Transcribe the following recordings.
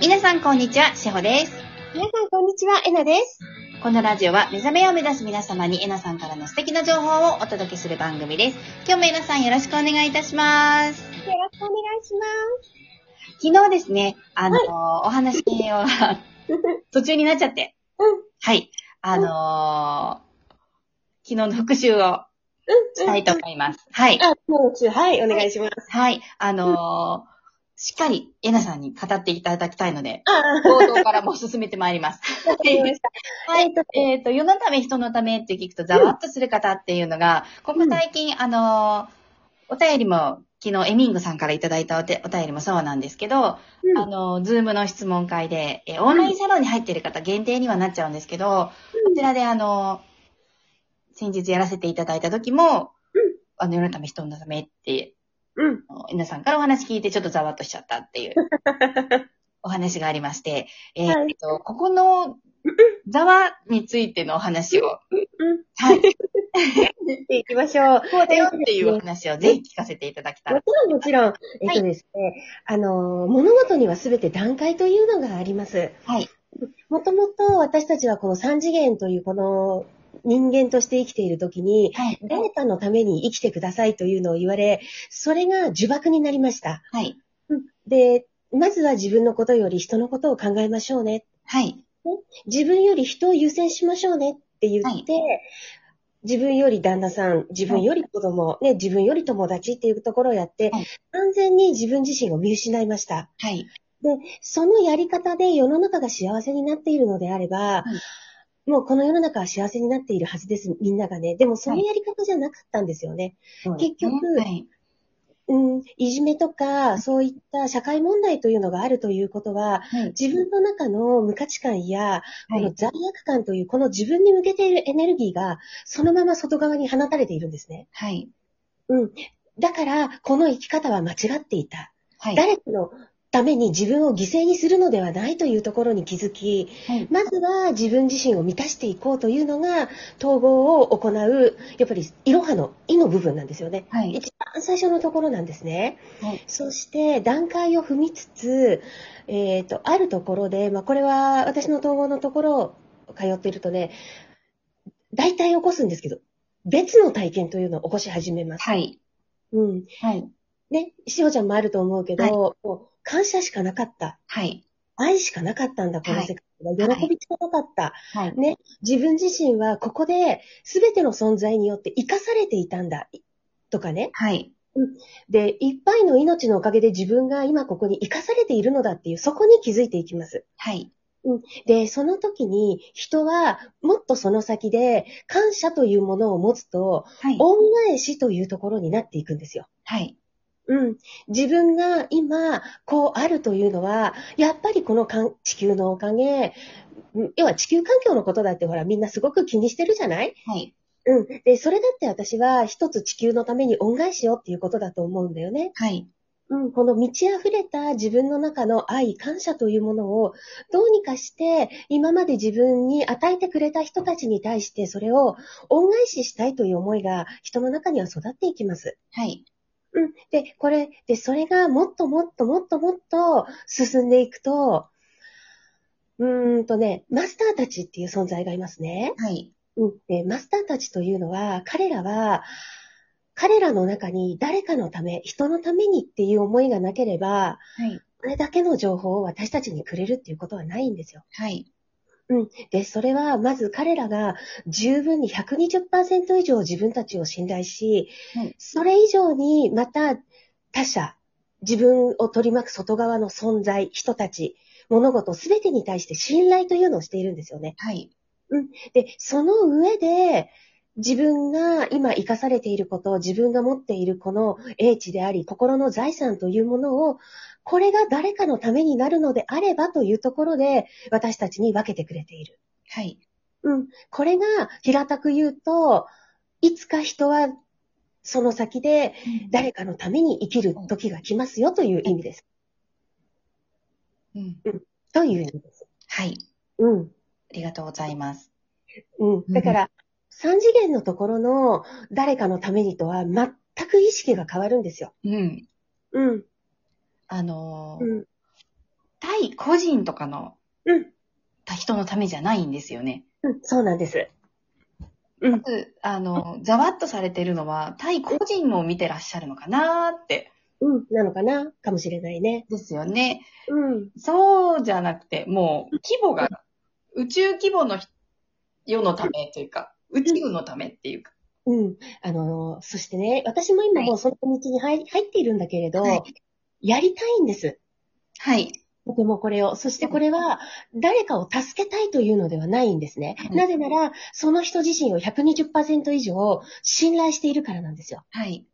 皆さんこんにちは、しほです。皆さん、こんにちは。えなです。このラジオは目覚めを目指す皆様にえなさんからの素敵な情報をお届けする番組です。今日もえなさんよろしくお願いいたします。よろしくお願いしま昨日ですね、あの、お話を途中になっちゃって。うんはい。あのー昨日の復習をす。したいと思います。はい。あ、もう中、はい、お願いします。はい。あのーしっかりえなさんに語っていただきたいので、あ、わか冒頭からもう進めてまいります。 りました。はい。えっ、と、世のため人のためって聞くとざわっとする方っていうのが、ここ最近、あの、お便りも、昨日エミングさんからいただいたお手お便りもそうなんですけど、うんあの、ズームの質問会で、えーオンラインサロンに入っている方限定にはなっちゃうんですけど、うんこちらであの、先日やらせていただいた時も、うんあの、世のため人のためって、うん。あの皆さんからお話聞いてちょっとざわっとしちゃったっていう お話がありまして、えーはいえっと、ここのざわについてのお話を、うん。はい、やっていきましょう。こうだよっていうお話をぜひ聞かせていただきたもらち。ろん、もちろん、えっとですね、あの、物事にはすべて段階というのがあります。はい。もともと私たちはこの三次元というこの人間として生きているときに、はい。誰かのために生きてくださいというのを言われ、それが呪縛になりました。はい。で、まずは自分のことより人のことを考えましょうね。はい。自分より人を優先しましょうねって言って、自分より旦那さん、自分より子供、ね、自分より友達っていうところをやって、はい完全に自分自身を見失いました。はい。そのやり方で世の中が幸せになっているのであれば、はもうこの世の中は幸せになっているはずです、みんながね。でもそのやり方じゃなかったんですよね。結局はい。うん、いじめとか、そういった社会問題というのがあるということは、はい。自分の中の無価値観や、はこのい。罪悪感という、この自分に向けているエネルギーが、そのまま外側に放たれているんですね。はい。だから、この生き方は間違っていた。はい。誰かのために自分を犠牲にするのではないというところに気づき、はいまずは自分自身を満たしていこうというのが、統合を行う、やっぱり、いろはの、いの部分なんですよね。はい。一番最初のところなんですね。はいそして、段階を踏みつつ、えっ、と、あるところで、まあ、これは私の統合のところを通っているとね、大体起こすんですけど、別の体験というのを起こし始めます。はい。うん。はい。ね、しおちゃんもあると思うけど、はいもう感謝しかなかった。はい。愛しかなかったんだ、この世界は。はい喜びしかなかった。はい。ね、自分自身はここで全ての存在によって生かされていたんだ。いとかね。はい。で、いっぱいの命のおかげで自分が今ここに生かされているのだっていう、そこに気づいていきます。はい。で、その時に人はもっとその先で感謝というものを持つと、はい。恩返しというところになっていくんですよ。はい。うん。自分が今こうあるというのは、やっぱりこのかん地球のおかげ、うん要は地球環境のことだってほらみんなすごく気にしてるじゃないはい。うん。で、それだって私は一つ地球のために恩返しよっていうことだと思うんだよね。はい。うん、この満ち溢れた自分の中の愛、感謝というものをどうにかして今まで自分に与えてくれた人たちに対してそれを恩返ししたいという思いが人の中には育っていきます。はい。うん。で、これ、で、それがもっともっともっともっと進んでいくと、うーんとね、マスターたちっていう存在がいますね。はい。うんで、マスターたちというのは、彼らは、彼らの中に誰かのため、人のためにっていう思いがなければ、はい。これだけの情報を私たちにくれるっていうことはないんですよ。はい。で、それは、まず彼らが十分に120%以上自分たちを信頼し、はいそれ以上にまた他者、自分を取り巻く外側の存在、人たち、物事すべてに対して信頼というのをしているんですよね。はい。で、その上で、自分が今生かされていること、自分が持っているこの英知であり、心の財産というものを、これが誰かのためになるのであればというところで、私たちに分けてくれている。はい。うん。これが、平たく言うと、いつか人は、その先で、誰かのために生きる時が来ますよという意味です。うん。という意味です。はい。うん。ありがとうございます。うん。だから、三次元のところの誰かのためにとは全く意識が変わるんですよ。うん。うん。あのーうん。対対個人とかの、うんた人のためじゃないんですよね。うん、そうなんです。うん。あの、ざわっとされてるのは、対個人も見てらっしゃるのかなーって。うん、なのかなかもしれないね。ですよね。うん。そうじゃなくて、もう、規模が、宇宙規模のひ世のためというか、宇宙のためっていうか。うん。あのー、そしてね、私も今はいもうその道に入入っているんだけれど、はいやりたいんです。はい。とてもこれを。そしてこれは、誰かを助けたいというのではないんですね。はいなぜなら、その人自身を120%以上信頼しているからなんですよ。はい。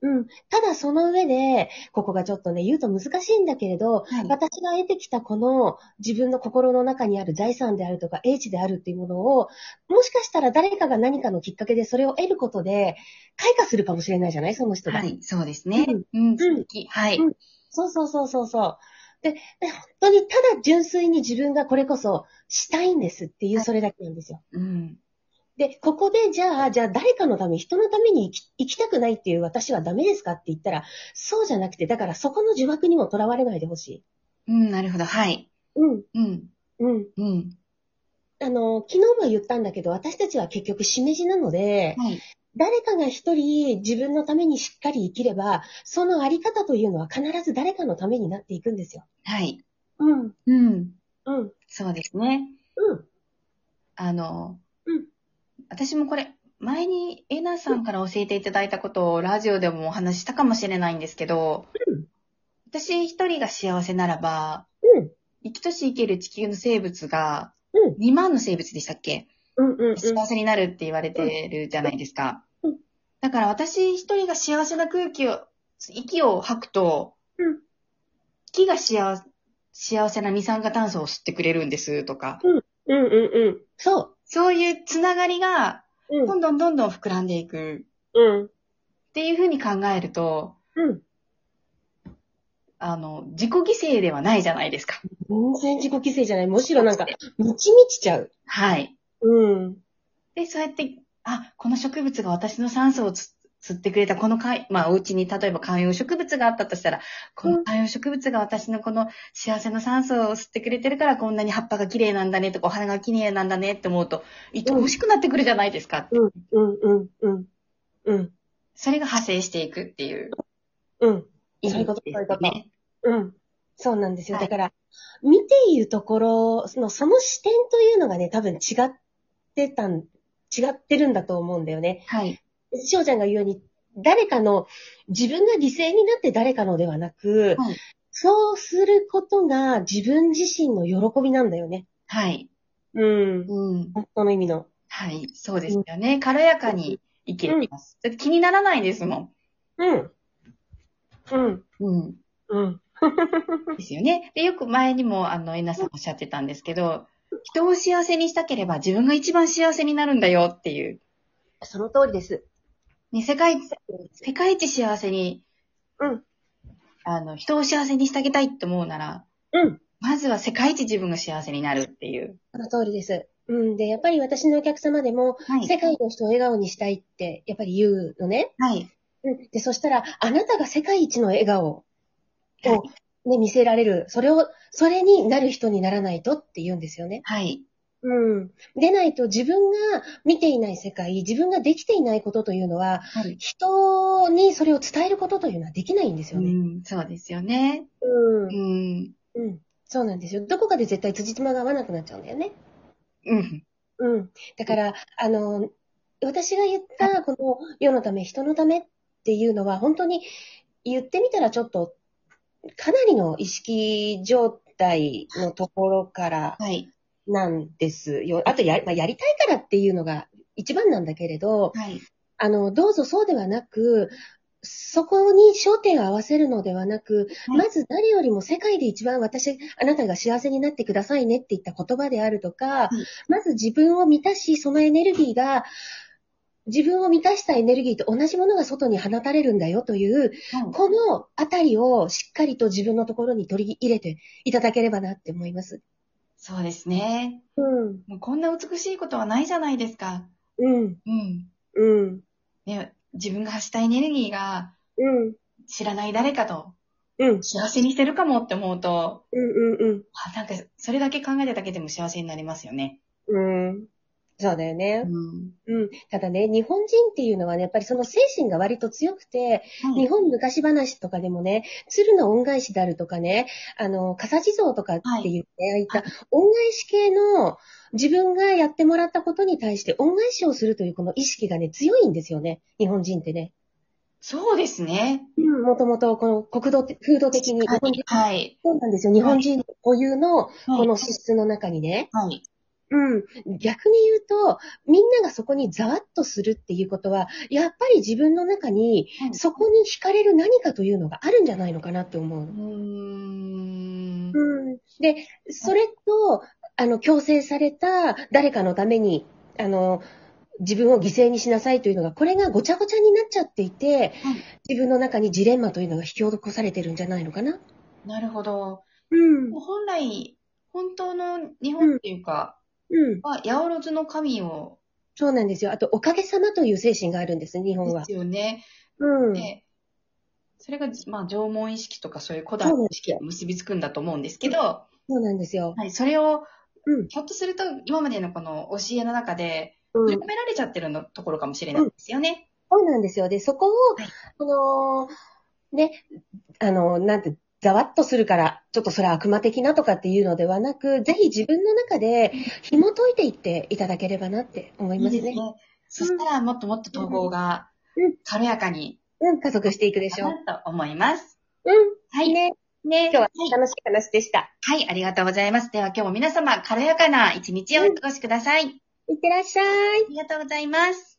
うん。ただその上で、ここがちょっとね、言うと難しいんだけれど、はい。私が得てきたこの自分の心の中にある財産であるとか、英知であるっていうものを、もしかしたら誰かが何かのきっかけでそれを得ることで、開花するかもしれないじゃないその人が。はい。そうですね。うん。素敵。はい。うんそうそうそうそうそう。で、で本当にただ純粋に自分がこれこそしたいんですっていうはいそれだけなんですよ。うん。で、ここでじゃあ、じゃあ誰かのため、人のために生き生きたくないっていう私はダメですかって言ったら、そうじゃなくて、だからそこの呪縛にもとらわれないでほしい。うん、なるほど。はい。うん、うん。うん。うん。あの、昨日も言ったんだけど、私たちは結局しめじなので、はい。誰かが一人自分のためにしっかり生きれば、そのあり方というのは必ず誰かのためになっていくんですよ。はい。うん、うん。うん、そうですね。うん、あの、うん私もこれ、前にえなさんから教えていただいたことをラジオでもお話ししたかもしれないんですけど、うん私一人が幸せならば、うん、生きとし生ける地球の生物がうん、 2万の生物でしたっけ、うん、うん、うん、幸せになるって言われてるじゃないですか。うんだから私一人が幸せな空気を、息を吐くと、うん木が幸せ幸せな二酸化炭素を吸ってくれるんですとか、うん、うん、そそういうつながりがう、うんど、んどんどんどん膨らんでいくうん、っていうふうに考えると、うん。あの、自己犠牲ではないじゃないですか。全然自己犠牲じゃない。むしろなんか、満ち満ちちゃう。はい。うん、で、そうやって、あ、この植物が私の酸素をつ吸ってくれた、このかい、まあ、お家に例えば観葉植物があったとしたら、この観葉植物が私のこの幸せの酸素を吸ってくれてるから、こんなに葉っぱが綺麗なんだねとか、お花が綺麗なんだねって思うと、愛おしくなってくるじゃないですか。うん、うん、うん、うん、うん、それが派生していくっていううん。意そうい味うことですそういうことね。うん。そうなんですよ。はいだから、見ているところの、その視点というのがね、多分違ってたん、違ってるんだと思うんだよね。はい。翔ちゃんが言うように、誰かの、自分が犠牲になって誰かのではなく、はいそうすることが自分自身の喜びなんだよね。はい。うん。うん。本当の意味の。はい、そうですよね。軽やかに生きれてます。だって気にならないですもうん。うん。ん。うん。うん。ですよね。で、よく前にも、あの、えなさんおっしゃってたんですけど、人を幸せにしたければ自分が一番幸せになるんだよっていう。その通りです。ね、世界一、世界一幸せに、うん。あの、人を幸せにしてあげたいって思うなら、うん。まずは世界一自分が幸せになるっていう。その通りです。うん。で、やっぱり私のお客様でも、はい。世界の人を笑顔にしたいって、やっぱり言うのね。はい。うん。で、そしたら、あなたが世界一の笑顔はをい。ね、見せられる。それを、それになる人にならないとって言うんですよね。はい。うん。でないと自分が見ていない世界、自分ができていないことというのは、はい。人にそれを伝えることというのはできないんでうすよね。ん、そうですよね。うう。ん。うん。そうなんですよ。どこかで絶対辻褄が合わなくなっちゃうんだよね。うん。うん。だから、あの、私が言った、この世のため、人のためっていうのは、本当に言ってみたらちょっと、かなりの意識状態のところからはい。なんですよ。あとや、まあ、やりたいからっていうのが一番なんだけれど、はい。あの、どうぞそうではなく、そこに焦点を合わせるのではなく、はいまず誰よりも世界で一番私、あなたが幸せになってくださいねって言った言葉であるとか、いまず自分を満たし、そのエネルギーが、自分を満たしたエネルギーと同じものが外に放たれるんだよという、はいこのあたりをしっかりと自分のところに取り入れていただければなって思います。そうですね。うん。もうこんな美しいことはないじゃないですか。うん。うん。うん。ね、自分が発したエネルギーがうん。知らない誰かとうん。幸せにしてるかもって思うと、うんうんあなんか、それだけ考えただけでも幸せになりますよね。うん。うん。そうだよね。ん。うん。ただね、日本人っていうのはね、やっぱりその精神が割と強くて、はい日本昔話とかでもね、鶴の恩返しであるとかね、あの、笠地蔵とかっていうね、ああいった恩返し系の自分がやってもらったことに対して恩返しをするというこの意識がね、強いんですよね。日本人ってね。そうですね。うん。もともとこの国土、風土的に、日本人はい。そうなんですよ。日本人固有のこの資質の中にね。はい。うん。逆に言うと、みんながそこにざわっとするっていうことは、やっぱり自分の中に、そこに惹かれる何かというのがあるんじゃないのかなって思うう。ーん。うん。で、それと、あの、強制された誰かのために、あの、自分を犠牲にしなさいというのが、これがごちゃごちゃになっちゃっていて、自分の中にジレンマというのが引き起こされてるんじゃないのかな。なるほど。うん。本来、本当の日本っていうか、うん。は、八百万の神を、そうなんですよ。あと、おかげさまという精神があるんです、日本では。すよね。うん。で、それが、まあ、縄文意識とかそういう古代の意識が結びつくんだと思うんですけど、そうなんですよ。はい、それを、うんひょっとすると、今までのこの教えの中で、う取んり込。められちゃってるのところかもしれないですよね。そうなんですよ。で、そこをはい、あのーね、あのーなんて、ざわっとするから、ちょっとそれは悪魔的なとかっていうのではなく、ぜひ自分の中で紐解いていっていただければなって思いいまいすですね。ね。そしたら、もっともっと統合がうん、軽やかにうん、加速していくでしょう。なと思います。うはい。ん。ね、ね今日ははい楽しい話でした。はい、ありがとうございます。では今日も皆様、軽やかな一日をお過ごしください。いってらっしゃい。ありがとうございます。